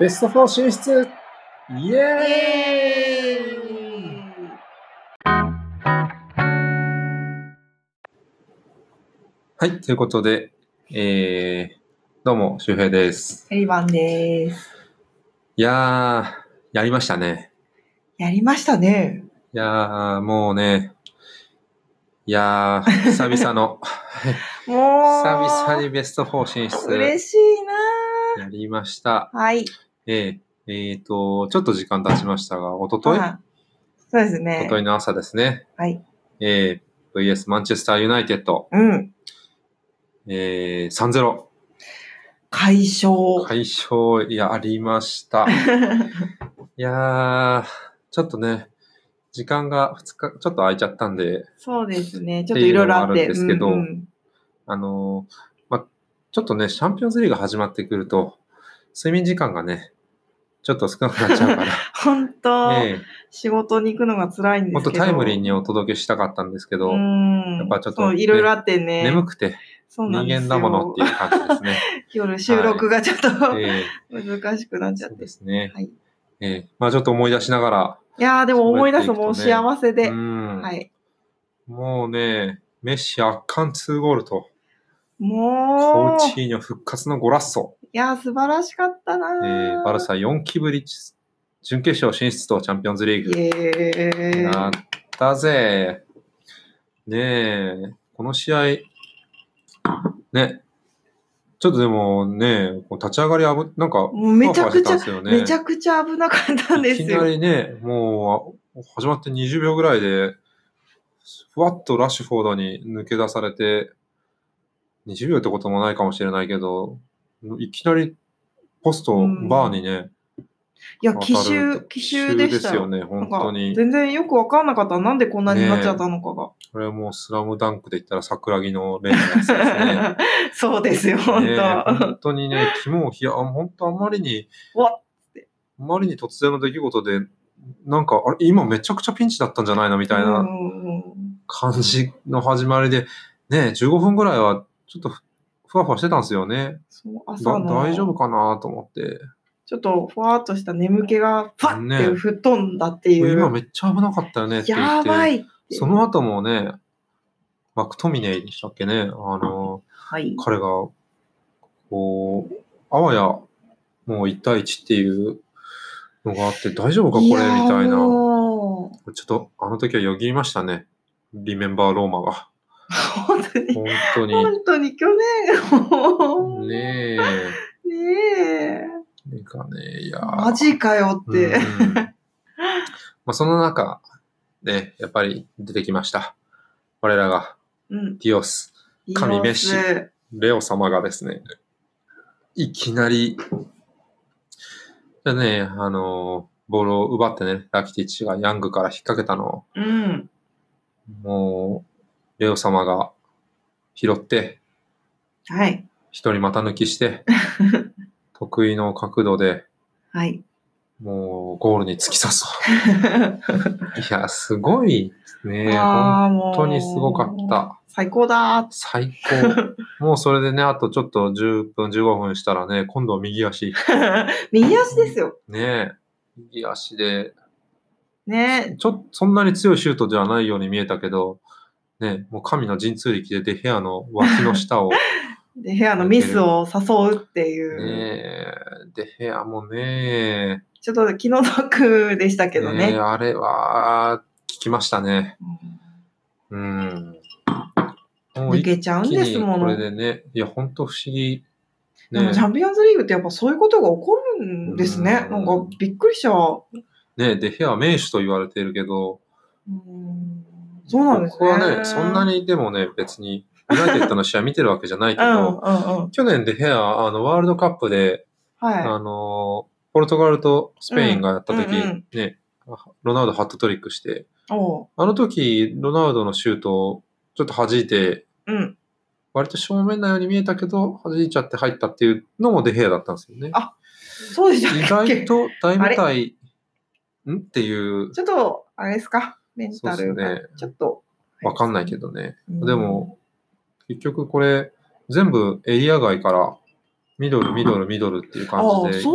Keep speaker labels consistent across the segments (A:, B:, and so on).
A: ベスト4進出イエーイはい、ということで、えー、どうも、周平です。
B: エリバンです。
A: いやー、やりましたね。
B: やりましたね。
A: いやー、もうね、いやー、久々 の、
B: もう。
A: 久々にベスト4進出
B: 嬉しい
A: やりました。
B: なはい。
A: えー、えーと、ちょっと時間経ちましたが、おととい
B: はいそうです
A: おと
B: ね
A: と。いの朝ですね。
B: はい。
A: えー、VS マンチェスターユナイテッド、
B: うん。
A: えー、3-0。
B: 解消。
A: 解消、いや、ありました。いやー、ちょっとね、時間が2日、ちょっと空いちゃったんで、
B: そうですね。ちょっといろいろあって。
A: っていうのもあるんですけど
B: うんうん
A: あのーま、ちょっとね、チャンピオンズリーグが始まってくると、睡眠時間がね、ちょっと少なくなっちゃうか
B: 本当、
A: ら、え
B: 仕事に行くのが辛いん
A: え
B: ですけ
A: も
B: ど。
A: っとタイムリーにお届けしたかったんですけど、
B: うん。
A: やっぱちょっと
B: そういろいろあってね。
A: 眠くて
B: そう
A: 人
B: なんです
A: 間
B: よ
A: だものっていう感じです ね。
B: 夜収録がちょっと、
A: ええ
B: 難しくなっちゃっ
A: そう
B: て
A: で。すね。
B: はい
A: ええまあちょっと思い出しなが
B: いやーでも思い出すもう
A: そうや
B: 幸せ
A: ら、
B: で
A: う。ん
B: はい。
A: もうね、メッシ圧巻2ゴールと、コー
B: もう。
A: チーニョ復活のゴラッソ、
B: いやー、素晴らしかったな
A: え
B: ー。
A: ーバルサ4期ぶり準決勝進出とチャンピオンズリー
B: イエ
A: グ。な
B: ー
A: っ
B: イ。
A: たぜ。ねえ、この試合、ね、ちょっとでもね、こう立ち上がりあぶ、なんか、
B: もうめちゃくち
A: ふわふわ
B: ゃ、
A: してたんですよね
B: めちゃくちゃ危なかったんで
A: い
B: す
A: きな
B: よ。
A: りね、もうあ始まって20秒ぐらいで、ふわっとラッシュフォードに抜け出されて、20秒ってこともないかもしれないけど、いきなりポスト、
B: うん
A: バーにね、
B: いや、
A: 当
B: 奇
A: たる
B: 襲、奇襲でした
A: 奇よ
B: よ。
A: ね、
B: な
A: 本
B: ん
A: 当
B: か
A: に。
B: 全然よくわかんなかった。なんでこんなになっちゃったのかが。
A: これはもうスラムダンクで言ったら桜木の例のやつですね。
B: そうですよ、 本
A: ね
B: 当。
A: 本当にね、肝を冷や、あ本当あまりに、
B: わ
A: あまりに突然の出来事で、なんか、あれ、今めちゃくちゃピンチだったんじゃないのみたいな。
B: うんうんうん
A: 感じの始まりで、ね、15分ぐらいはちょっとふふわふわしてたんですよね。
B: そう
A: だ
B: 朝の
A: 大丈夫かなと思って。
B: ちょっとふわっとした眠気がパッ
A: ね
B: て吹っ飛んだっていう。
A: 今めっちゃ危なかったよねって言って。
B: やばいって。
A: その後もね、マクトミネイでしたっけね。あの、
B: はい。
A: 彼が、こう、あわや、もう1対1っていうのがあって、大丈夫かこれみ
B: やー
A: たいな。こ
B: もう
A: れちょっと、あの時はよぎりましたね。リメンバーローマが。
B: 本当に、
A: 本当に。
B: 本当に去年、もう
A: ねえ。
B: ねえ。
A: なんかね、いやー
B: マジかよっ
A: うん
B: て。
A: うんまあその中、ね、やっぱり出てきました。我らが、
B: うん。
A: ディオス、神メッシ
B: います
A: レオ様がですね、いきなり、でね、あのーボールを奪ってね、ラキティッチがヤングから引っ掛けたの
B: うん。
A: を、もう、レオ様が拾って、
B: はい。
A: 一人股抜き して、得意の角度で、
B: はい。
A: もう、ゴールに突き刺 すと。いや、すごいですね。
B: あーもう
A: 本当にすごかった。
B: 最高だーっ
A: 最 高。もうそれでね、あとちょっと10分、15分したらね、今度は右足。
B: て。 右足ですよ。
A: ね右足で、
B: ね。
A: ちょっとそんなに強いシュートではないように見えたけど、ね、もう神の神通力でデヘアの脇の下 を、
B: で、部屋のミスを誘うっていう。
A: ねデヘアもね
B: ちょっと気の毒でしたけどね。
A: ねあれは、聞きましたね。う
B: うん
A: ん。もう
B: 抜けちゃうんですも
A: こ
B: の。
A: れで
B: で
A: ね、いや、ほんと不思議。
B: も
A: ね
B: チャンピオンズリーグってやっぱそういうことが起こるんですね。
A: う
B: なんんかびっくりしちゃう。
A: ねデヘアは名手と言われているけど、
B: うんそうなんですね。
A: 僕はね、そんな。にでもね、別に、ユナイテッドの試合見てるわけじゃないけ
B: うんうんう
A: ど、
B: ん。
A: 去年デヘア、あの、ワールドカップで、あ
B: は
A: の、ポルトガルとスペインがやった時、
B: うんうん
A: ね、ロナウドハットトリックして、
B: い。おう。
A: あの時、ロナウドのシュートをちょっと弾いて、
B: うん。
A: 割と正面なように見えたけど、弾いちゃって入ったっていうのもデヘアだったんですよね。
B: あそうで
A: 意
B: したっけ
A: 外
B: ちょ
A: と大舞台、んっていう、
B: っと、あれですかメンタル
A: そう
B: が。
A: ですね
B: ちょっと。
A: わかんないけどね。
B: うん
A: でも、結局これ、全部エリア外からミドル、ミドル、ミドルっていう
B: あ
A: 感
B: あ
A: じで、
B: そ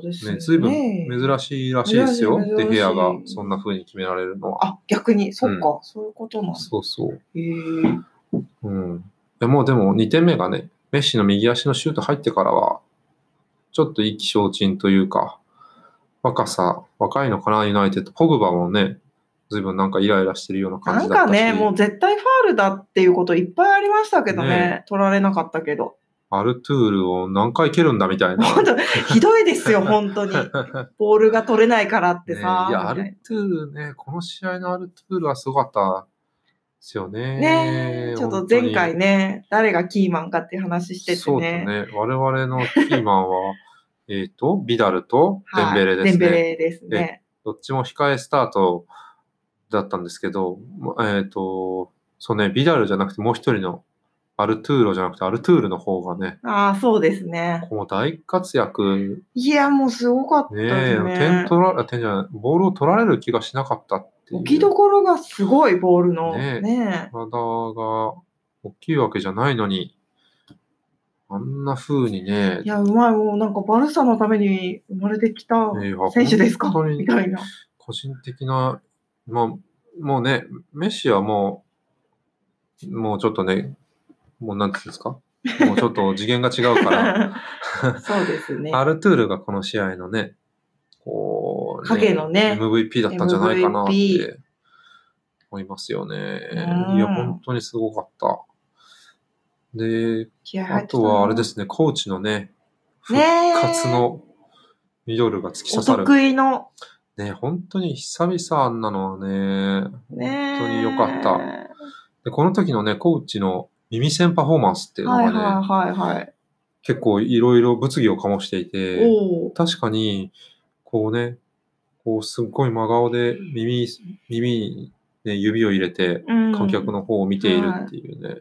B: うですよ
A: ね、
B: ね。
A: ずいぶん珍しいらしいですよ。
B: 珍しい
A: デヘアが
B: 珍しい
A: そんな風に決められるのは。
B: あ、逆に、そっか、
A: う
B: そういうことなんだ。
A: そうそう。
B: へえ。
A: うん。いやもうでも2点目がね、メッシの右足のシュート入ってからは、ちょっと意気消沈というか、若さ、若いのかな、ユナイテッド。ポグバもね、ずいぶんなんかイライラしてるような感
B: な
A: じ
B: ん
A: だった
B: か
A: し。
B: ね、もう絶対ファールだっていうこといっぱいありましたけどね、
A: ね
B: 取られなかったけど。
A: アルトゥールを何回蹴るんだみたいな。
B: 本当ひどいですよ、本当に。ボールが取れないからって
A: ね
B: さ。
A: いや、ア
B: みたいな
A: ルトゥールね、この試合のアルトゥールはすごかったですよね。
B: ねえちょっと前回
A: ね、
B: ね、誰がキーマンかっていう話してて
A: そうだ
B: ね。
A: ね。我々のキーマンは、 えっと、ビダルとデンベレですね。
B: はいデンベレですね。
A: どっちも控えスタートだったんですけど、まえっ、と、そうね、ビダルじゃなくてもう一人のアルトゥーロじゃなくてアルトゥールの方がね、
B: ああ、そうですね。
A: もう大活躍、
B: いや、もうすごかった
A: ね
B: ですね。
A: 点取られ、点じゃない、ボールを取られる気がしなかったっていう。
B: 置きどころがすごい、ボールの。
A: ねえ
B: ね
A: 体が大きいわけじゃないのに、あんな風にね
B: えい、や、うまい、もうなんかバルサのために生まれてきた
A: ねわ
B: 選手ですか
A: 本当に
B: みた いな。
A: 個人的な、まあ、もうね、メッシはもう、もうちょっとね、もうなんていうんですか、もうちょっと次元が違うから、
B: そうです ね。
A: アルトゥールがこの試合のね、こう、
B: 影のね
A: MVP だったんじゃないかなっ
B: MVP
A: て思いますよね。
B: うん
A: いや、本当にすごかった。で、
B: 気合入
A: あ
B: ってた
A: とはあれですね、コーチのね、復
B: ねえ
A: 活のミドルが突き
B: お
A: 刺さる。
B: 得意の。
A: ね、本当に久々あんなのはね、
B: ね
A: 本
B: え
A: 当に良かった。で、この時のね、コーチの耳栓パフォーマンスっていうの
B: はい
A: が
B: は
A: ね、
B: いはいはい。
A: 結構いろいろ物議を醸していて、
B: おお。
A: 確かに、こうね、こうすっごい真顔で耳、耳に、ね、指を入れて、
B: うん
A: 観客の方を見ているっていうね、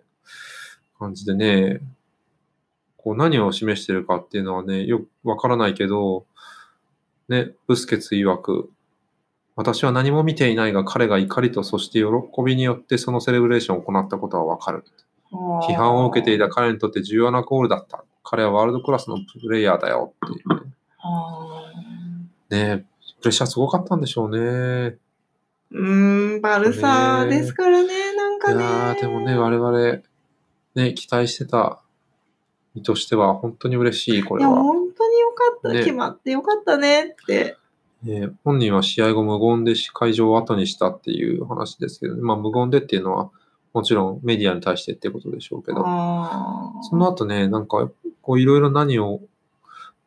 A: 感じでね、こう何を示してるかっていうのはね、よくわからないけど、ね、ブスケツ曰く、私は何も見ていないが彼が怒りとそして喜びによってそのセレブレーションを行ったことはわかる。批判を受けてい
B: た。
A: た彼にとって重要なゴールだった。彼はワールドクラスのプレイヤーだよっていう
B: あ
A: ね。ねプレッシャーすごかったんでしょうね。
B: ーうーん、バルサーですからね、なん
A: い
B: かね。
A: やーでもね、我々、ね、期待してた身としては本当に嬉しい、こ
B: い
A: れ
B: や、
A: は。
B: 本当によかった、
A: ね
B: 決まってよかったねって。
A: ね、本人は試合後無言で会場を後にしたっていう話ですけど、まあ無言でっていうのは、もちろんメディアに対してってことでしょうけど、
B: あー
A: その後ね、なんか、こういろいろ何を、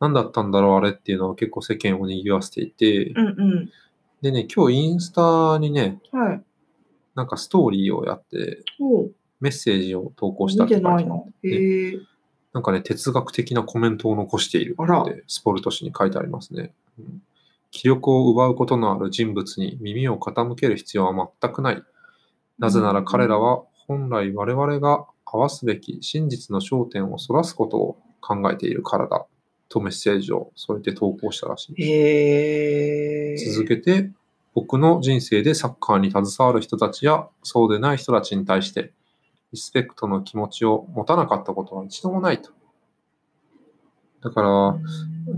A: 何だったんだろうあれっていうのは結構世間を賑わせていて、
B: うん
A: でね、今日インスタにね、
B: うん。はい。
A: なんかストーリーをやって、
B: おう
A: メッセージを投稿した
B: 見
A: って
B: て
A: 書いてあった
B: ないの。へえ。
A: なんかね、哲学的なコメントを残している
B: あら
A: って、スポルト紙に書いてありますね。うん気力を奪うことのある人物に耳を傾ける必要は全くない。なぜなら彼らは本来我々が合わすべき真実の焦点をそらすことを考えているからだ。とメッセージを添えて投稿したらしい。
B: へえ。
A: 続けて、僕の人生でサッカーに携わる人たちや、そうでない人たちに対して、リスペクトの気持ちを持たなかったことは一度もないと。だから、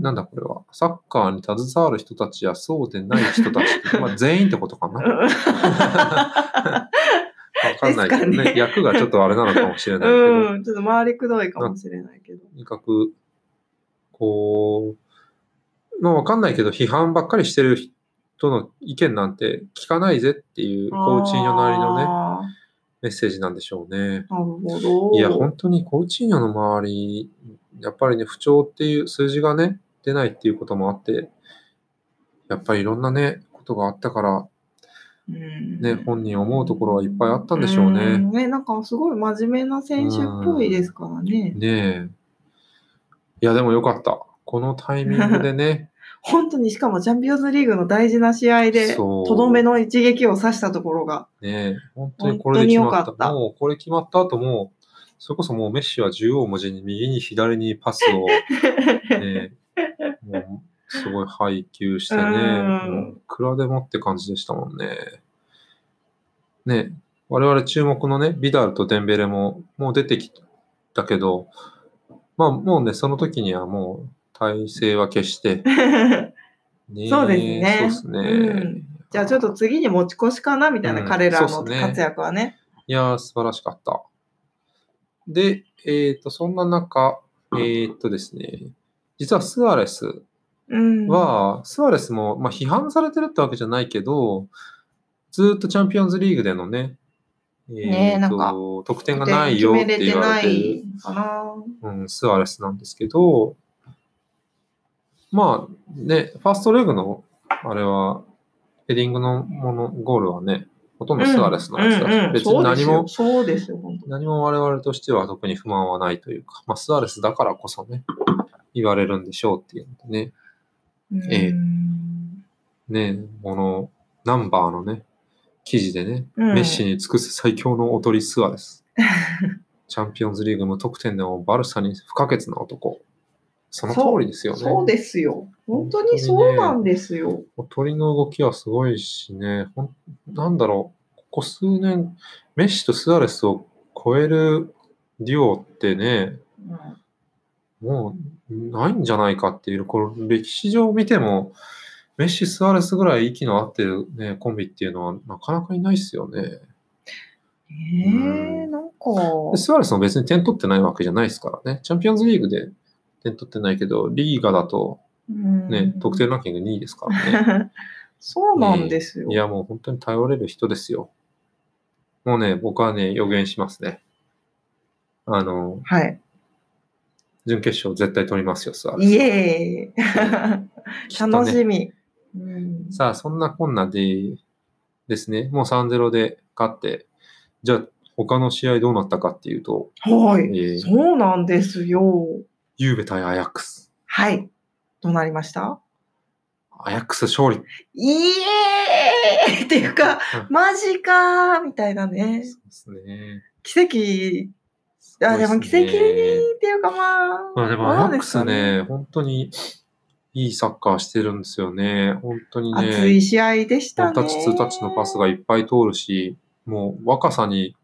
A: なんだこれは、サッカーに携わる人たちや、そうでない人た ち、まあ全員ってことかな。わかんないけど
B: です
A: ね
B: かね
A: 役がちょっとあれなのかもしれないけど、
B: うん、ちょっと回りくどいかもしれないけど。
A: とにかく、こう、まあわかんないけど、批判ばっかりしてる人の意見なんて聞かないぜっていう、コーチーニョなりのね、
B: あ
A: メッセージなんでしょうね。
B: ーなるほど。
A: いや、本当にコーチーニョの周り、やっぱりね、不調っていう数字がね、出ないっていうこともあって、やっぱりいろんなね、ことがあったから、
B: うん
A: ね、本人思うところはいっぱいあったんでしょうね。
B: んね、なんかすごい真面目な選手っぽいですからね。
A: ねえ。いや、でもよかった。このタイミングでね、
B: 本当にしかもチャンピオンズリーグの大事な試合で、
A: そう
B: とどめの一撃を刺したところが。
A: ねえ、本当にこれで決まった。
B: 本当によかった
A: もうこれ決まった後も、それこそもうメッシは縦横無尽に右に左にパスを、ねえ、もうすごい配球してね、
B: うん
A: もういくらでもって感じでしたもんね。ねえ、我々注目のね、ビダルとデンベレももう出てきたけど、まあもうね、その時にはもう体勢は決して、ね
B: そうですね
A: そうですね。
B: うん じゃあちょっと次に持ち越しかなみたいな、
A: うん
B: 彼らの
A: そうっす
B: 活
A: ね
B: 躍はね。
A: いやー、素晴らしかった。で、えっ、と、そんな中、えっ、とですね、実はスアレス
B: うん、
A: は、スアレスも、まあ、批判されてるってわけじゃないけど、ずーっとチャンピオンズリーグでのね、えーと
B: ねえなんか
A: 得点がないよって言われて
B: 決めれ
A: る
B: て、ないかな。
A: うん、スアレスなんですけど、まあね、ファーストレグの、あれは、ヘディングのもの、ゴールはね、ほとんどスアレスのやつだし、
B: うんうん
A: 別に何も
B: そうですよ、そうですよ本当
A: 何も我々としては特に不満はないというか、まあ、スアレスだからこそね、言われるんでしょうっていうのでね、
B: うん
A: ええね、このナンバーのね、記事でね、
B: うん
A: メッシに尽くす最強の劣りスアレ ス。チャンピオンズリーグ無得点のバルサに不可欠な男。その通りですよね。
B: そうですよ。本当にそうなんですよ。
A: 鳥の動きはすごいしね、ほんなんだろう、ここ数年、メッシとスアレスを超えるデュオってね、もうないんじゃないかっていう、この歴史上見ても、メッシ、スアレスぐらい息の合ってる、ね、コンビっていうのはなかなかいないですよね。
B: ええ
A: う
B: なんか、
A: でスアレスも別に点取ってないわけじゃないですからね。チャンピオンズリーグで点取ってないけど、リーガだと
B: うん
A: ね、得点ランキング2位ですから ね。
B: そうなんですよ。
A: いや、もう本当に頼れる人ですよ。もうね、僕はね、予言しますね。あの、
B: はい。
A: 準決勝絶対取りますよ、スアレス。
B: イエーイ。
A: きっとね
B: 楽しみ。うん
A: さあ、そんなこんなでですね、もう3-0で勝って、じゃあ、他の試合どうなったかっていうと、
B: は
A: え
B: い。
A: ー、
B: そうなんですよ。
A: ゆうべ対アヤックス。
B: はい。どうなりました
A: アヤックス勝利。
B: イエーイっていうか、マジかーみたいなね。
A: そうですね。
B: 奇跡あ、でも奇跡的にっていうかまあ。
A: まあでもア
B: ど
A: ヤ
B: う
A: ッ
B: で
A: ク
B: す
A: ス
B: か
A: ね、。本当にいいサッカーしてるんですよね。本当にね。
B: 熱い試合でし
A: ワ
B: た
A: ン
B: ね。
A: タッチ、ツータッチのパスがいっぱい通るし、もう若さに、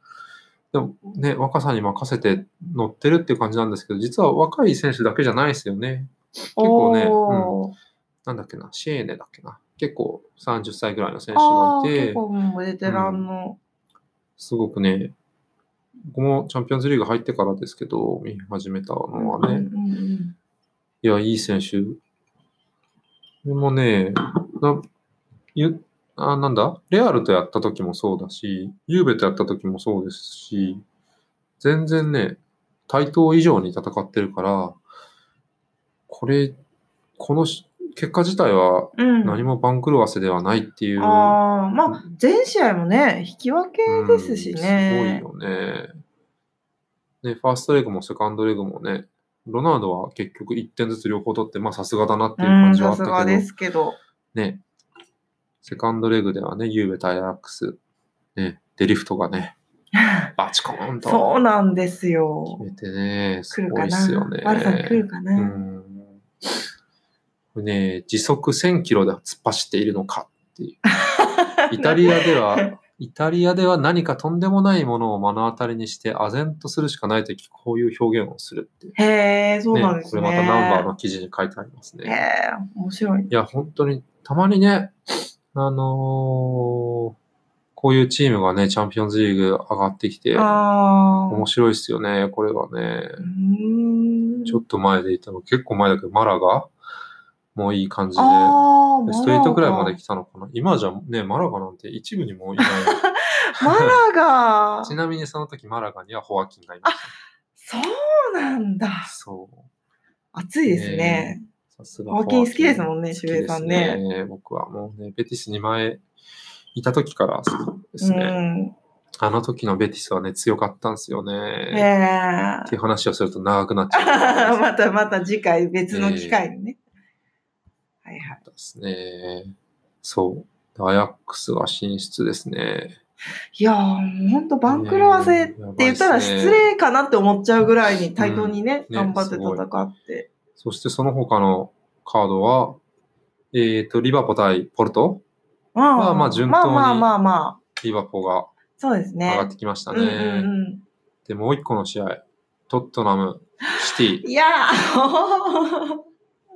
A: でもね、若さに任せて乗ってるっていう感じなんですけど、実は若い選手だけじゃないですよね。
B: 結
A: 構ね
B: おー
A: なんだっけな、シェーネだっけな。結構30歳ぐらいの選手
B: あ
A: が
B: あ、
A: い
B: 結
A: て、
B: 構もうベテランの。
A: すごくね、僕もチャンピオンズリーグ入ってからですけど、見始めたのはね、
B: うんうんうん
A: いや、いい選手。でもね、なゆあなんだレアルとやった時もそうだし、ユーベとやった時もそうですし、全然ね、対等以上に戦ってるから、これ、このし結果自体は
B: うん。
A: 何も番狂わせではないっていう。
B: ああ、まあ、全試合もね、引き分け
A: うん
B: ですしね
A: す。ごいよね。ね、ファーストレグもセカンドレグもね、ロナウドは結局1点ずつ両方取って、まあさすがだなっていう
B: う
A: 感
B: ん、
A: じはあ
B: さ
A: った
B: す
A: けど、
B: がですけど。
A: ね、セカンドレグではね、ユーベ対アヤックス、ね、デリフトが ね、バチコーンと
B: そうなんですよ
A: 決。めてね、す
B: 来る
A: ご
B: か
A: いっ
B: な
A: すよ。ね。
B: バルサ来るか
A: う
B: な。
A: ん。これね、時速1000キロで突っ走っているのかって いう。イタリアでは、イタリアでは何かとんでもないものを目の当たりにして、唖然とするしかないとき、こういう表現をするっていう。
B: へえ、そうなんです
A: こ
B: ね。
A: れまたナンバーの記事に書いてありますね。
B: へえ、面白い。
A: いや、本当に、たまにね、あのーこういうチームがね、チャンピオンズリーグ上がってきて、
B: ああ。
A: 面白いですよね、これはね。
B: うーん
A: ちょっと前で言ったの、結構前だけど、マラが、もういい感じで、
B: ああ、
A: ベスト8くらいまで
B: 来
A: 来たのかな。今じゃね、マラがなんて一部にもういない。
B: た。 マラ が、
A: ちなみにその時、マラがにはホアキンがいまし
B: そうなん
A: た。
B: だ。
A: そう。
B: 暑いですね。
A: さすが
B: ホアキン好きですもんね、
A: 好き
B: シュウエイさん
A: で
B: ね。
A: すね。僕はもうね、ベティスに前いた時から好きです
B: う
A: ね。
B: ん。
A: あの時のベティスはね、強かったんですよ
B: え
A: ね。
B: え
A: っていう話をすると長くなっちゃうと思い
B: またまた次回、別の機会にね。はいはい。
A: ますね。そう。アヤックスが進出ですね。
B: いやー、ほんと、番狂わせって言ったら失礼かなって思っちゃうぐらいに対等にね、
A: うんね
B: 頑張って戦って。
A: そしてその他のカードは、えっ、と、リバポ対ポルト。
B: ま
A: あまあ順当に
B: まあまあまあまあ。
A: リバポが
B: そうですね。
A: 上がってきましたね。
B: うんうんうん。
A: で、もう一個の試合。トットナム、シテ
B: いやー、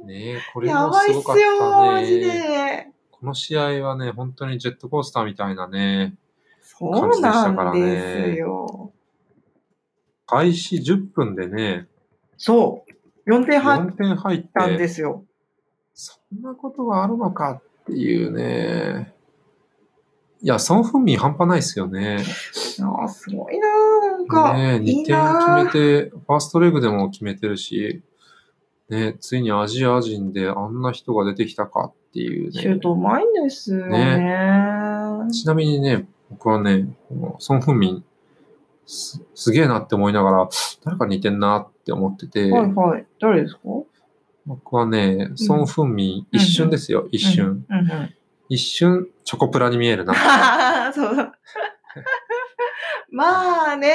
A: ィ。ねえ、これ
B: や
A: も
B: ばい
A: す
B: っ
A: ご
B: す
A: かった
B: よ、マジ
A: ね。
B: で。
A: この試合はね、本当にジェットコースターみたいなね、
B: そうなん
A: 感じでしたから
B: です
A: ね
B: よ。
A: 開始10分でね、
B: そう。4点入っ
A: 4点入って、
B: たんですよ。
A: そんなことがあるのかっていうね。いや、ソン・フンミン半端ないですよね。ね
B: あーすごいなーなんか。いい
A: 2点
B: な
A: 決めて、ファーストレグでも決めてるし、ね、ついにアジア人であんな人が出てきたかっていう
B: ーシュ
A: ね
B: ー。トうまいんですよね。
A: ちなみにね、僕はね、このソン・フンミン、すすげえなって思いながら、誰か似てんなって思ってて、
B: はいはい。誰ですか
A: 僕はね、ソン・フンミン、一瞬ですよ、一瞬。。
B: うん うんうん
A: 一瞬、チョコプラに見え るな。
B: そう。 まあね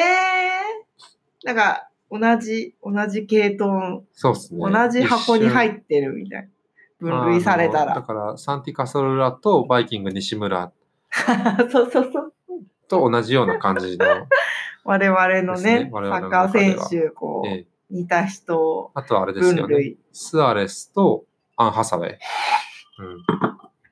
B: なんか、同じ、同じ系統、
A: そうですね。
B: 同じ箱に
A: っ
B: 入ってるみたいな。分類された
A: だ
B: ら。
A: から、サンティカソルラとバイキング西村
B: そうそうそう。
A: と同じような感じの。
B: 我々の
A: ですね
B: ね、サ
A: 我々の
B: ッカ
A: 中
B: ー
A: で
B: 選
A: は
B: 手、こう、
A: ええ
B: 似た人を
A: あとはあれです
B: 分
A: よね。
B: 類。
A: スアレスとアン・ハサウェイ。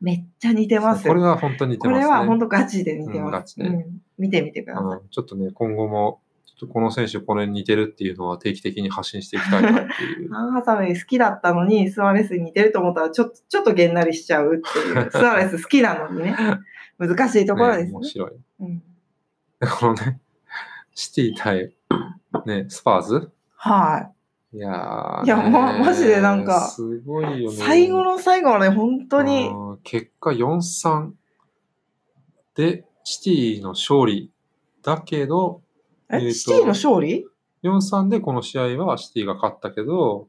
B: めっちゃ似て
A: うん、
B: ます
A: こ
B: よ。
A: れ
B: こ
A: は本当に似て
B: れ
A: ますね。
B: は本当ガチで似て
A: うんガ
B: ま
A: チ
B: す。
A: で
B: うん見てみてくだ
A: あ
B: さ
A: のちょっとね、今後も、ちょっとこの選手、これに似てるっていうのは定期的に発信していきたいなってい
B: い。
A: う。
B: アンハサウェイ好きだったのに、スアレスに似てると思ったら、ちょっと、ちょっとげんなりしちゃうって いう。スアレス好きなのにね。難しいところ
A: ね
B: ですね
A: 面。白い。
B: うん
A: でこのね、シティ対、ね、スパーズ
B: はい
A: やー、
B: いやまマジでなんか
A: すごい
B: い。
A: よね。
B: 最後の最後はね、本当に、
A: うん結果4-3で、シティの勝利。だけど、えー
B: え、
A: と
B: シティの勝利
A: 4-3でこの試合はシティが勝ったけど、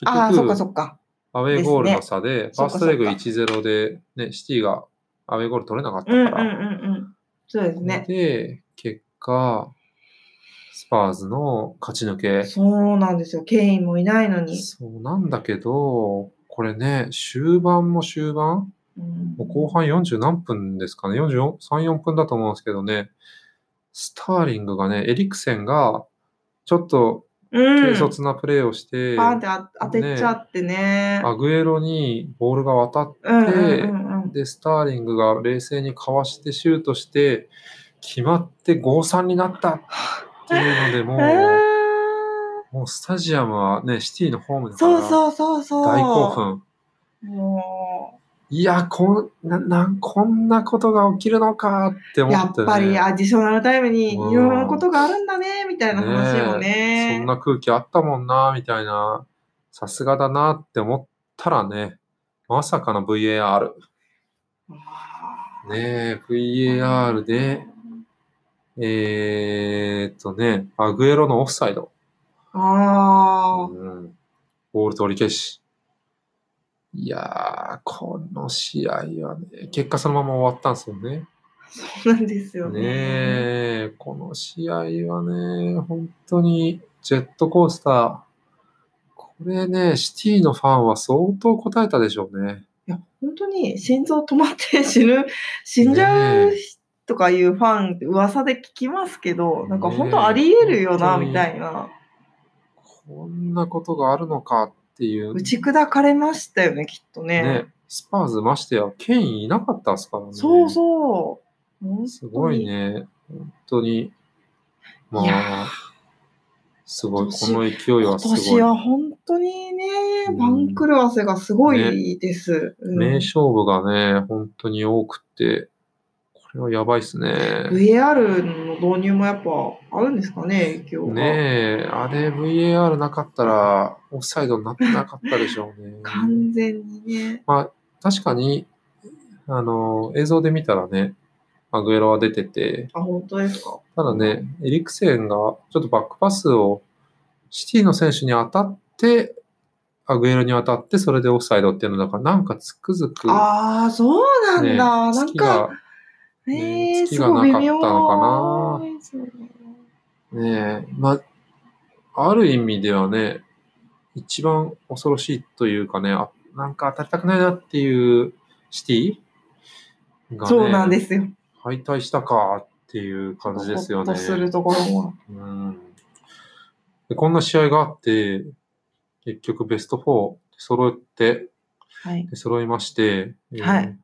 A: 結
B: ああ、そっかそ
A: 局、
B: っか。
A: アウェーゴールの差で、フ
B: そ
A: ァ
B: っ
A: ース
B: かそっか
A: トレグ1-0で、ね、シティがアウェーゴール取れなかった
B: うんうん
A: か
B: うん
A: ら、
B: うん。そうですね。
A: で、結果、スパーズの勝ち抜け。
B: そうなんですよ。ケインもいないのに。
A: そうなんだけど、これね、終盤も終盤
B: うん
A: もう後半40何分ですかね、44 3、4分だと思うんですけどね、スターリングがね、エリクセンが、ちょっと
B: う
A: 軽
B: ん。
A: 率なプレーをして、
B: パーンってあ当てちゃってね。
A: アグエロにボールが渡っ
B: うんうんうんうん。
A: て、スターリングが冷静にかわしてシュートして、決まって5-3になったっていうので、も
B: え
A: う、もうスタジアムはね、シティのホーム
B: ー
A: だから
B: そうそうそうそう。
A: 大興。奮。
B: も
A: いや、こんな、なん、こんなことが起きるのかって
B: う、
A: 思
B: や
A: っ、
B: って
A: ね。
B: ぱりアディショナルタイムにいろいろなことがあるんだね、みたいな話を
A: ねえ
B: ね。
A: そんな空気あったもんな、みたいな。さすがだなって思ったらね、まさかの VAR。ねえ、VAR で、えーっとね、アグエロのオフサイド。
B: ああ、
A: うん。ボール取り消し。いやー、この試合はね、結果そのまま終わったんですよね。
B: そうなんですよ
A: ね
B: ね。
A: え、この試合はね、本当にジェットコースター。これね、シティのファンは相当答えたでしょうね。
B: いや、本当に心臓止まって死ぬ、死んじゃう
A: ねえ
B: とかいうファン、噂で聞きますけど、なんか本
A: ねえ
B: 当あり得るよな、
A: 本当に
B: みたいな。
A: こんなことがあるのかっていう。
B: 打ち砕かれましたよね、きっとね。
A: ね、スパーズましてや、ケインいなかったですからね。
B: そうそう。本当に
A: すごい。ね。本当に。ま
B: いや
A: あ、すごい。こ
B: 今年
A: の勢い
B: 今
A: はす
B: 年
A: ごい。
B: は本当にね
A: うん、
B: 番狂わせがすごいです。うん
A: 名勝負がね、本当に多くて、これはやばいですね。
B: VAR の導入もやっぱあるんですかね、影響が。。
A: ねえ、あれ VAR なかったらオフサイドになってなかったでしょうね
B: 完全にね。
A: まあ、確かに、あの、映像で見たらね、アグエロは出てて、
B: あ、本当ですか。
A: ただね、エリクセンがちょっとバックパスをシティの選手に当たって、アグエロに当たって、それでオフサイドっていうのだから、なんかつくづく、
B: ああ、そうなんだ。
A: ね
B: な
A: 好
B: ん
A: き
B: か、
A: が、
B: ねえ、
A: 月
B: す
A: が
B: ごい微
A: なか
B: 妙
A: ったのかな
B: ですよね
A: ねえ、まあ、ある意味ではね、一番恐ろしいというかね、あなんか当たりたくないなっていうシティが、ね、
B: そうなんですよ。
A: 敗退したかっていう感じですよね。
B: ほっとするところも。
A: うんでこんな試合があって、結局ベスト4揃って、
B: はい。
A: 揃いまして、えー
B: はい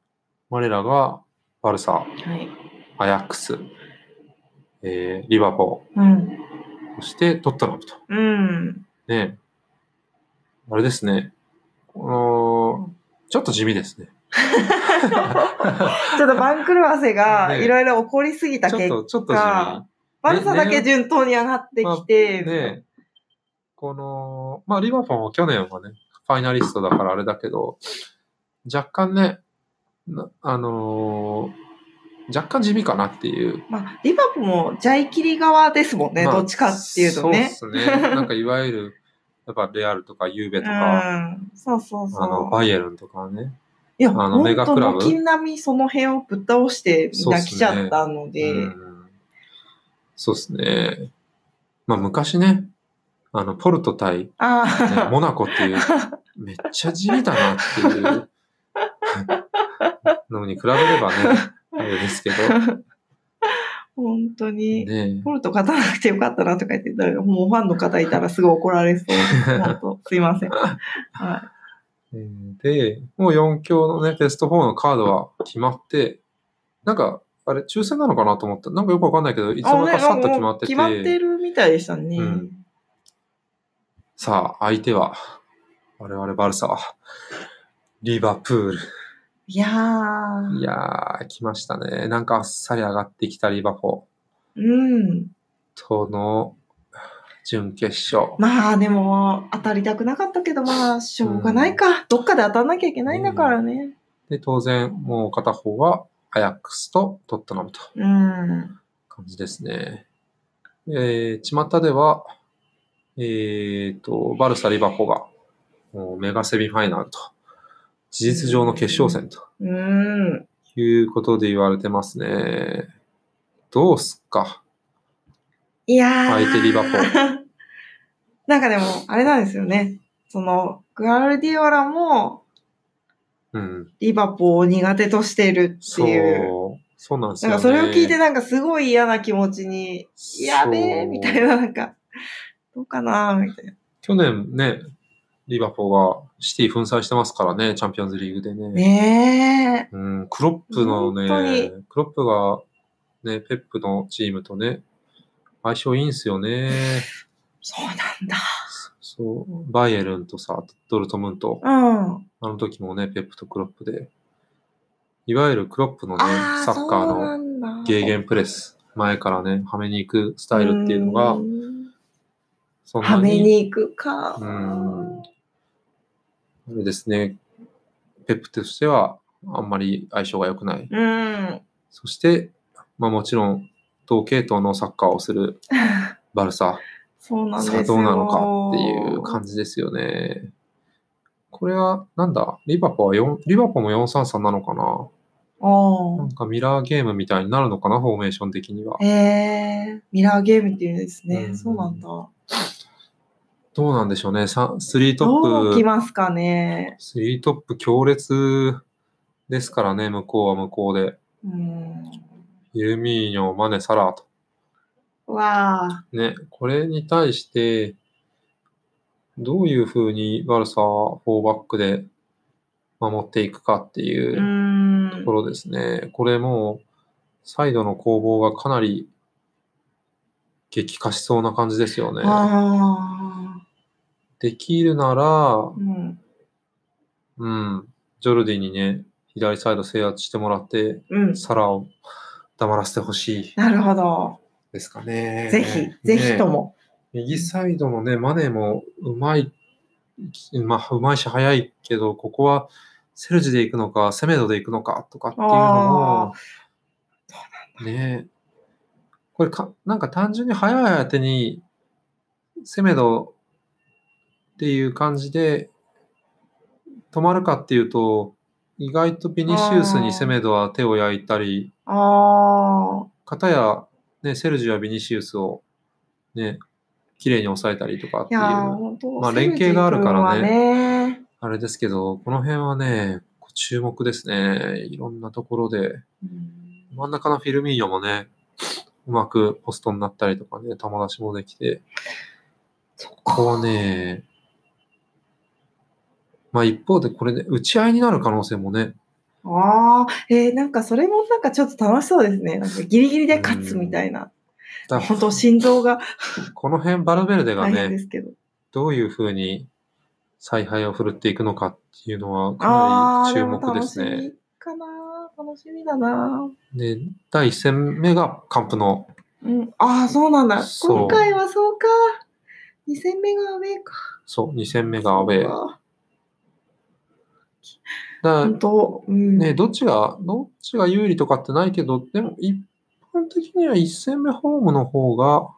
A: 我らがバルサ、
B: はい。
A: アヤックス、えーリバポ
B: うん。
A: ー、そしてトットナムと。
B: うん。
A: ねあれですね。この、ちょっと地味です ね。
B: ちょっと番狂わせが
A: ね
B: いろいろ起こりすぎた
A: ちょっ
B: 結
A: と、ちょっと地
B: 果、バルサだけ順当に上がってきて、
A: 味。で、この、まあ、リバポンは去年はね、ファイナリストだからあれだけど、若干ね、なあのー若干地味かなっていう。
B: まあ、リバプもジャイキリ側ですもんね、
A: まあ
B: どっちかっていうとね。
A: そうですね。なんかいわゆる、やっぱレアルとかユーベとか、
B: うん、そうそう
A: あの、
B: そう。
A: バイエルンとかね。
B: いや、
A: あの
B: 本
A: メガクラ
B: 当
A: ブ
B: 軒並みその辺をぶっ倒して泣きちゃったので、
A: うんそうですね。まあ昔ね、あの、ポルト対、ね
B: あ
A: モナコって いう、めっちゃ地味だなっていうのに比べればね、あれですけど、
B: あ、本当に。
A: ね
B: ポルト勝たなくてよかったなとか言ってたら、もうファンの方いたらすぐ怒られそう。本当、すいません。はい。
A: えーで、もう4強のね、ベスト4のカードは決まって、なんか、あれ、抽選なのかなと思った。なんかよくわかんないけど、いつも
B: あ
A: かさっと
B: ね
A: 決まってて、
B: 決まってるみたいでしたね。
A: うんさあ、相手は、我々バルサ、リバプール。
B: いやー
A: いやー、来ましたね。なんかあっさり上がってきたリバポ
B: うん。
A: との準決勝。
B: まあでも、当たりたくなかったけど、まあ、しょうがないか。どっかで当たんなきゃいけないんだからね。
A: で、当然、もう片方はアヤックスとトットナムと
B: うん。
A: 感じですね。えー、巷では、えーと、バルサ・リバポがもうメガセミファイナルと、事実上の決勝戦と
B: うん。
A: いうことで言われてますね。どうすっか。
B: いやー。
A: 相手リバプー
B: なんかでも、あれなんですよね。その、グアルディオラも、
A: うん。
B: リバポを苦手としてるって
A: そう
B: いう。、
A: そうなんです
B: なん
A: よ、ね。
B: かそれを聞いてなんかすごい嫌な気持ちに、やべえ
A: そう
B: みたいな、なんか、どうかなみたいな。
A: 去年ね、リバポがシティ粉砕してますからね、チャンピオンズリーグでね。
B: ね
A: うん、クロップの
B: 本当に
A: ね、クロップが、ね、ペップのチームとね、相性いいんすよね。
B: え。そうなんだ。
A: そう、バイエルンとさ、ドルトムント、
B: うん。
A: あの時もね、ペップとクロップで、いわゆるクロップのね
B: あ、
A: サッカーの
B: の
A: ゲーゲンプレス、前からね、はめに行くスタイルっていうのが、そんな
B: はめに行くか。
A: うんあれですね、ペップとしてはあんまり相性が良くない。
B: うん。
A: そして、まあもちろん、同系統のサッカーをするバルサ、
B: そうなんです
A: さ
B: よ。
A: あどうなのかっていう感じですよね。これは、なんだ、リバポは4、リバポも433なのかなな
B: あ
A: んかミラーゲームみたいになるのかな、フォーメーション的には
B: あ。。えー、ミラーゲームっていうんですね。
A: うん
B: そうなんだ。ど
A: どうなんでしょうね、さ3ト
B: う
A: ッ
B: き
A: プ、
B: ますかね。
A: 3トップ強烈ですからね、向こうは向こうで。
B: うん。
A: ユルミーニョ、マネ、サラーと。
B: うわあ。
A: ね、これに対して、どういうふうにバルサは4バックで守っていくかっていうう
B: ー
A: と
B: ん
A: こ。ろですね。これもう、サイドの攻防がかなり激化しそうな感じですよね。
B: ああ。
A: できるなら、
B: うん。
A: うん、ジョルディにね、左サイド制圧してもらって、
B: うん。
A: サラを黙らせてほしい
B: なるほど。
A: ですかね。
B: ぜひ、ぜひと
A: ね
B: も。
A: 右サイドのね、マネもうまい、まあ、うまいし早いけど、ここはセルジで行くのか、セメドで行くのかとかっていうの
B: あ
A: も、ねえこれか、なんか単純に早い相手に、セメドっていう感じで止まるかっていうと、意外とビニシウスにセメドは手を焼いたり、
B: あ。ああ。
A: 片や、ね、セルジュやビニシウスを、ね、綺麗に抑えたりとかっ
B: い
A: てい
B: やー
A: う、
B: 本当
A: まあ連携があるからね
B: セルジ君はね
A: あれですけど、この辺はね、こう注目ですね。いろんなところで、
B: うん
A: 真ん中のフィルミーヨもね、うまくポストになったりとかね、球出しもできて、そこはね、まあ一方でこれで打ち合いになる可能性もね、
B: ああ、えー、なんかそれもなんかちょっと楽しそうですね。なんかギリギリで勝つみたいな。
A: だ
B: 本当心臓が
A: この辺バルベルデが
B: 大変で
A: ね、
B: すけど。
A: どういうふうに采配を振るっていくのかっていうのは
B: あ
A: かな
B: あ、
A: り
B: で
A: 注
B: も
A: 目で
B: 楽
A: す
B: しみ
A: ね。
B: かな。楽しみだな。
A: で、第1戦目がカンプの、
B: うん。ああ、そうなんだ。
A: そう
B: 今回はそうか。2戦目がアウェイか。
A: そう、2戦目がアウェー。
B: そうか
A: だ
B: 本当、うん。
A: ね、どっちが、どっちが有利とかってないけど、でも一般的には1戦目ホームの方が、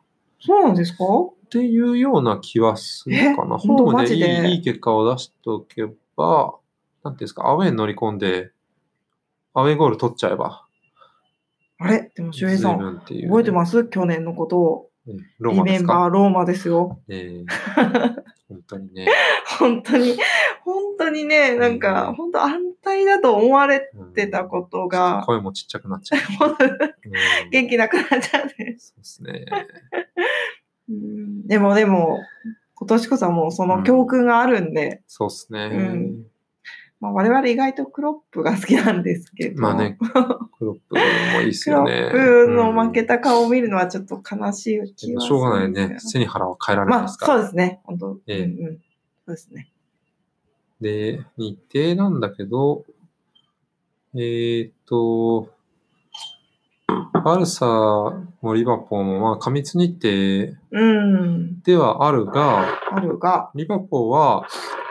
B: そうなんですか
A: っていうような気はするかな。
B: えも
A: ホ
B: う
A: ー
B: マ
A: ム
B: ジ
A: でい
B: で
A: いいい結果を出しておけば、なんていうんですか、アウェーに乗り込んで、アウェーゴール取っちゃえば、
B: あれでも、周平さん、
A: んっていう、
B: 覚えてます去年のことを。
A: ねロー
B: リ
A: マ
B: メ
A: で
B: ン
A: すか。
B: バーローマですよ。
A: ええ本当にね。
B: 本当に、本当にね、なん
A: う
B: か、
A: ん
B: 本当安泰だと思われ
A: うん
B: てたことが、
A: 声もちっちゃくなっちゃう。 うん
B: 元気なくなっちゃうね。
A: そうですね。
B: うんでもでも、今年こそはもうその教訓があるんで、
A: そうですね。
B: うんまあ、我々意外とクロップが好きなんですけど、
A: まあ ね、クロップもいいです
B: ク
A: よ
B: ロ
A: ね。
B: ップの負けた顔を見るのはちょっと悲しい
A: うん
B: 気
A: でも
B: は
A: しょうがない
B: するん
A: ね。
B: です
A: 背に腹は変えら
B: が
A: れない
B: ま
A: で
B: あ、
A: すから。
B: そうですね。本当、
A: ええ
B: うんうん。そうですね。
A: で、日程なんだけど、えーっと、バルサもリバポーも、まあ、過密日程
B: うん。
A: ではあるが、
B: あるが、
A: リバポーは、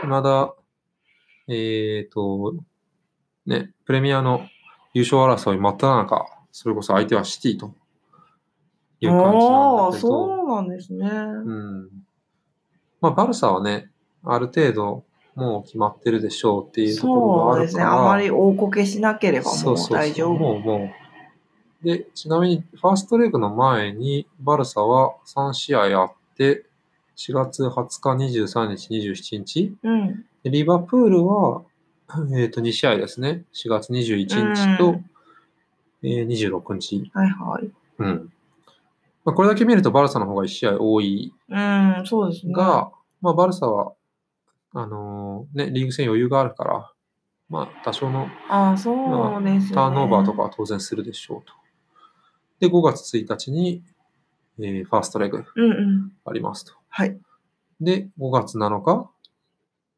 A: まだ、えーっと、ね、プレミアの優勝争い真っ只中、それこそ相手はシティという感じ
B: あ
A: なん
B: あ、
A: だけど、
B: そうなんですね。
A: うん。まあ、バルサはね、ある程度、もう決まってるでしょうっていうところがあ
B: そうで
A: る
B: す
A: か
B: ね。
A: ら、
B: あまり大こけしなければ
A: そ
B: も
A: う
B: う
A: そう
B: 大
A: そ
B: 丈
A: う。
B: 夫。
A: もうもう。で、ちなみに、ファーストレグの前に、バルサは3試合あって、4月20日、23日、27日。
B: うん。
A: でリバプールは、えっ、と、2試合ですね。4月21日と、
B: う
A: えー26日。
B: はいはい。
A: うん。まあ、これだけ見ると、バルサの方が1試合多い
B: うん、そうですね。
A: が、まあ、バルサは、あのーね、リーグ戦余裕があるから、まあ、多少の
B: ああ、そうですね。
A: ターンオーバーとか。は当然するでしょうと。で、5月1日に、えーファーストレグ
B: うんうん。
A: ありますと。
B: はい。
A: で、5月7日、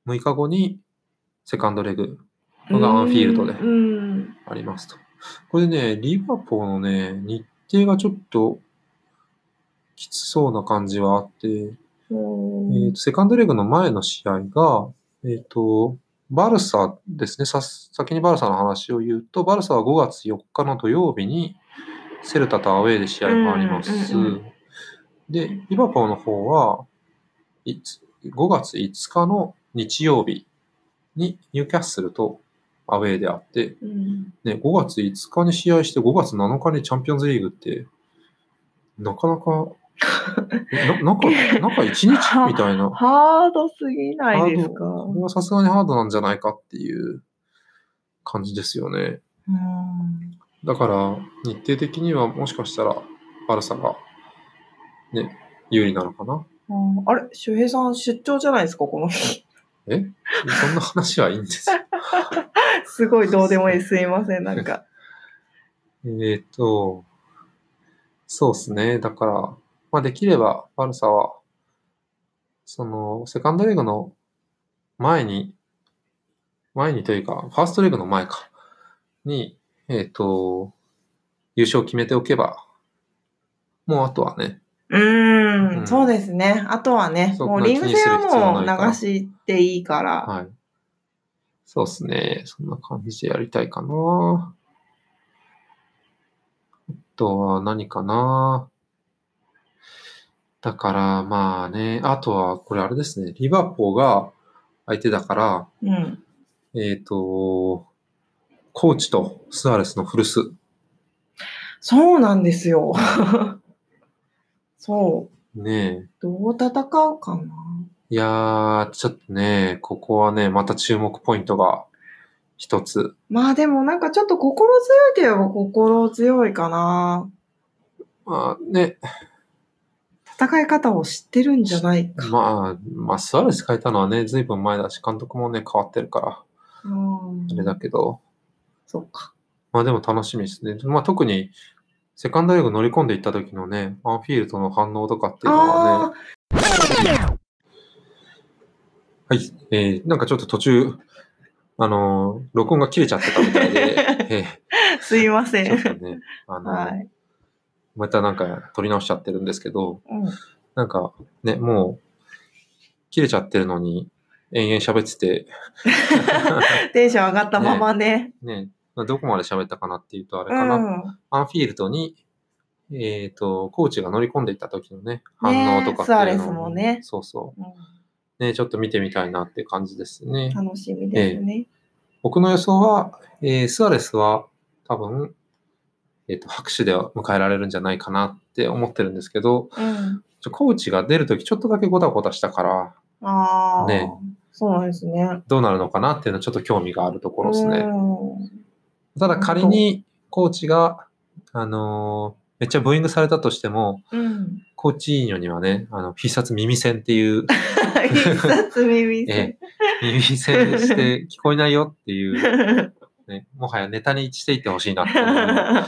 A: 6日後に、セカンドレグがアンフィールドで
B: うん。
A: ありますと。これね、リバポーのね、日程がちょっと、きつそうな感じはあって、
B: うん
A: えーとセカンドレグの前の試合が、えっ、と、バルサですねさ、先にバルサの話を言うと、バルサは5月4日の土曜日に、セルタとアウェーで試合があります。
B: うんうんう
A: で、リバポーの方は、いつ5月5日の日曜日にニューキャッスルとアウェーであって、
B: うん
A: ね、5月5日に試合して5月7日にチャンピオンズリーグって、なかなか、えな 中、中1日みたいな。
B: ハードすぎないですか。
A: これはさすがにハードなんじゃないかっていう感じですよね。
B: うん
A: だから、日程的にはもしかしたら、バルサが、ね、有利なのかな。
B: うんあれ周平さん出張じゃないですかこの日。
A: えそんな話はいいんですよ。
B: すごいどうでもいい。すいません。なん か。
A: えっと、そうですね。だから、まあ、できれば、バルサは、その、セカンドリーグの前に、前にというか、ファーストリーグの前か、に、えっ、と、優勝を決めておけば、もうあとはね、
B: うん、
A: うん
B: そうですね。あとはね、
A: そう
B: もうリング戦はも
A: ま
B: う
A: あ
B: 流していいから。
A: はい。そうですね。そんな感じでやりたいかな。あとは何かな。だから、まあね、あとは、これあれですね。リバポーが相手だから、
B: うん。
A: えっ、と、コーチとスアレスの古巣。
B: そうなんですよ。 そう。
A: ねえ。
B: どう戦うかな。
A: いやー、ちょっとね、ここはね、また注目ポイントが一つ。
B: まあでもなんかちょっと心強いといえば心強いかな。
A: まあね、
B: 戦い方を知ってるんじゃないか。
A: まあ、まあ、スアレス変えたのはね、ずいぶん前だし、監督もね、変わってるから、
B: うん
A: あれだけど、
B: そうか。
A: まあでも楽しみですね。まあ特に、セカンドレグ乗り込んでいった時のね、アンフィールドの反応とかっていうのはね、
B: あ
A: はい、えー、なんかちょっと途中、あのー録音が切れちゃってたみたい で、
B: あ、すいませ
A: えー、ちょ
B: ん。
A: っとね、あのー
B: はい。
A: またなんか撮り直しちゃってるんですけど、
B: うん
A: なんかね、もう、切れちゃってるのに、延々喋ってて、
B: テンション上がったままね。
A: ね、まあどこまで喋ったかなっていうと、あれ
B: う
A: かな、
B: ん。
A: アンフィールドに、えっ、と、コーチが乗り込んでいった時のね、
B: ね
A: 反応とかっていう
B: スアレス
A: の
B: もね
A: そうそうう。ね、ちょっと見てみたいなっていう感じですね。
B: ん楽しみですね。
A: 僕の予想は、えースアレスは多分、えっ、と、拍手で迎えられるんじゃないかなって思ってるんですけど、
B: うん。
A: ちょコーチが出るときちょっとだけごたごたしたから、
B: ああ。
A: ね
B: そうなんですね。
A: どうなるのかなっていうのはちょっと興味があるところですね。
B: うん
A: ただ仮にコーチが、あのーめっちゃブーイングされたとしても、
B: うん。
A: コーチイーニョにはね、あの、必殺耳栓っていう、
B: 一冊耳栓
A: えー 耳栓して聞こえないよっていう、ね、もはやネタにしていってほしいなっていう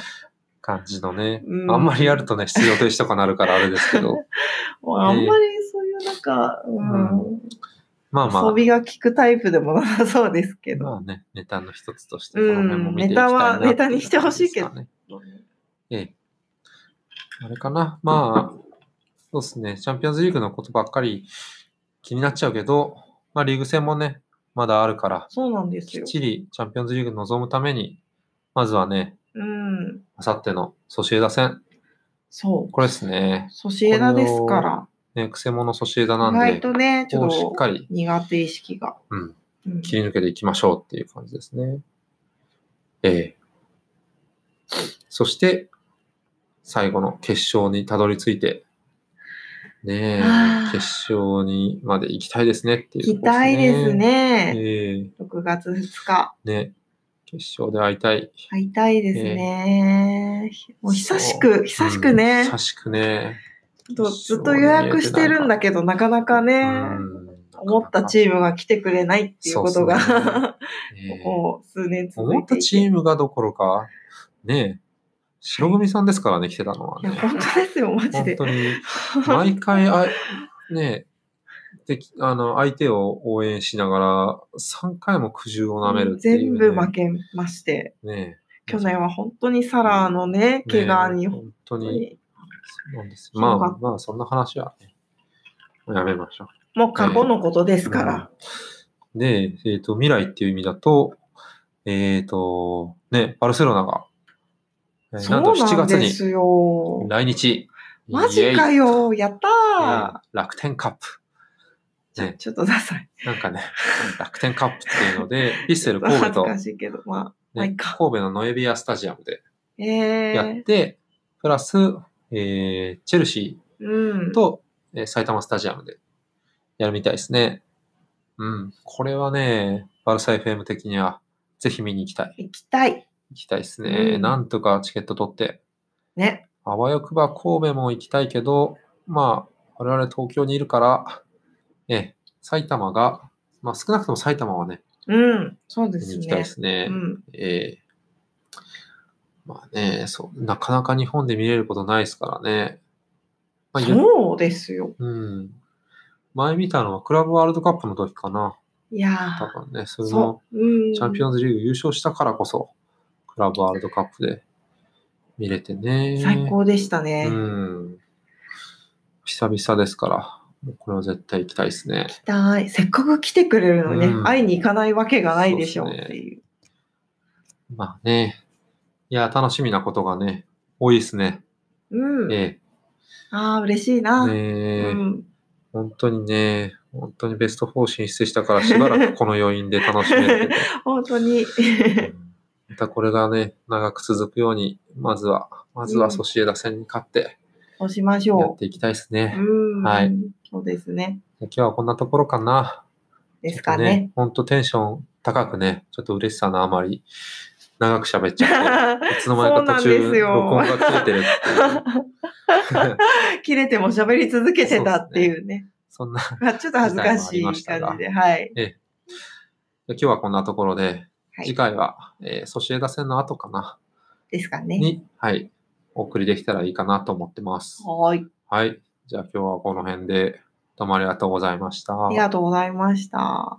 A: 感じのね、
B: うん
A: あんまりやるとね、出場停止とかなるからあれですけ ど、
B: もう あんまりそういうなんか、うん
A: まあま
B: 遊
A: あ、
B: びが効くタイプでもなさそうですけど。
A: まあね、ネタの一つとしてこの辺も見ていきたい
B: うんネタ
A: な
B: は
A: っていう
B: ネタにしてほしいけど
A: 感じですかねええ。あれかな、まあ、そうですね、チャンピオンズリーグのことばっかり気になっちゃうけど、まあリーグ戦もね、まだあるから、
B: そうなんです
A: きっ
B: よ。
A: ちりチャンピオンズリーグに臨むために、まずはね、
B: うん。
A: あさってのソシエダ戦、
B: そう。
A: これですね、
B: ソシエダですから。
A: ね、くせ者ソシエダな
B: 意
A: ん
B: 外
A: で、
B: とね、ち
A: こ
B: ょ
A: うしっ
B: っと
A: かり、
B: 苦手意識が。
A: うん、
B: うん
A: 切り抜けていきましょうっていう感じですね。ええそして、最後の決勝にたどり着いて、ねえ
B: あー、
A: 決勝にまで行きたいですねっていう
B: 行き
A: ところ
B: たいです。ね。
A: ええ
B: 6月2日。
A: ね、決勝で会いたい。
B: 会いたいですね。もう久しく、久しく
A: うん
B: ね
A: 久、しくね。
B: とずっと予約してるんだけど、なかなかね、思ったチ
A: ー
B: ームが来てくれないっていうことが、
A: そうそうム
B: ここ数年続いていて。
A: 思ったチームがどころか、ねえ、白組さんですからね、来てたのはい
B: や、
A: ね。
B: 本当ですよ、マジ
A: 本
B: で。
A: 当に、毎回あ、 ねえ、できあの、相手を応援しながら、3回も苦渋を舐めるっていう、
B: 全
A: ね。
B: 部負けまして、
A: ねえ
B: 去年は本当にサラーのね、怪我に
A: ねえ
B: 本
A: 本当
B: 当
A: に。
B: に、
A: そうなんです。
B: ひどか
A: ま
B: った
A: あまあ、そんな話は、ね、やめましょう。
B: もう過去のことですから。
A: で、えっ、と、未来っていう意味だと、えっ、と、ね、バルセロナが、えー
B: そ
A: なんと
B: う
A: 7
B: なん
A: 月
B: で
A: に
B: すよ。
A: 来日。
B: マジか
A: イエイ
B: よ、やったー、
A: うん楽天カップ。
B: ちょ
A: ね
B: ちょっとダサい。
A: なん かね、楽天カップっていうので、ヴィッセル神戸
B: 恥ず
A: と、
B: かしいけど、ままあい
A: ね、
B: いか
A: 神戸のノエビアスタジアムで
B: あ。
A: や
B: え
A: っ
B: え
A: て、プラス、えーチェルシ
B: うん
A: ー。と、えー埼玉スタジアムでやるみたいですね。うん。これはね、バルサ FM 的には、ぜひ見に行きたい。
B: 行きたい。
A: 行きたいですね。
B: うん
A: なんとかチケット取って、
B: ね。
A: あわよくば神戸も行きたいけど、まあ、我々東京にいるから、え、埼玉が、まあ少なくとも埼玉はね、
B: うん。そうで
A: 見に
B: す
A: 行きたい
B: ね
A: で。すね。
B: うん。
A: ええまあね、そう、なかなか日本で見れることないですからね。まあ、ゆ
B: そうですよ。
A: うん。前見たのはクラブワールドカップの時かな。
B: いや
A: 多
B: ー
A: 分ね、それも
B: そう。うん。
A: チャンピオンズリーグ優勝したからこそ、クラブワールドカップで見れてね。
B: 最高でしたね。
A: うん。久々ですから、もうこれは絶対行きたいですね。
B: 行きたい。せっかく来てくれるのにね、
A: うん
B: 会いに行かないわけがないでしょう
A: そうっすね
B: っていう。
A: まあね。いや、楽しみなことがね、多いですね。
B: うん。
A: え
B: ああ、嬉しい
A: え。
B: な。う
A: ねえ
B: ん、
A: 本当にね、本当にベスト4進出したからしばらくこの余韻で楽しめる
B: 本当に。
A: け ど、うんまたこれがね、長く続くように、まずは、まずはソシエダ戦に勝って
B: そうしまし
A: やっ
B: ょ
A: ていきたいです
B: う。
A: ね。
B: うん。
A: はい。
B: そうですね。
A: 今日はこんなところかな。
B: ですかね。
A: 本当テンション高くね、ちょっと嬉しさのあまり、長く喋っち ゃって、いつの間に
B: そう
A: か
B: な
A: 途
B: んで
A: 中、
B: すよ
A: 録音が切れてるっていう
B: 切れても喋り続けてたっていうね。
A: そ んな、
B: まあちょっと恥ずかしい感
A: 時代もあ
B: じ
A: り
B: で、はい。
A: 今日はこんなところで、
B: はい
A: 次回は、えーソシエダ戦の後かな、
B: ですかね。
A: に、はい、お送りできたらいいかなと思ってます。
B: はーい。
A: はい。じゃあ今日はこの辺で、どうもありがとうございました。
B: ありがとうございました。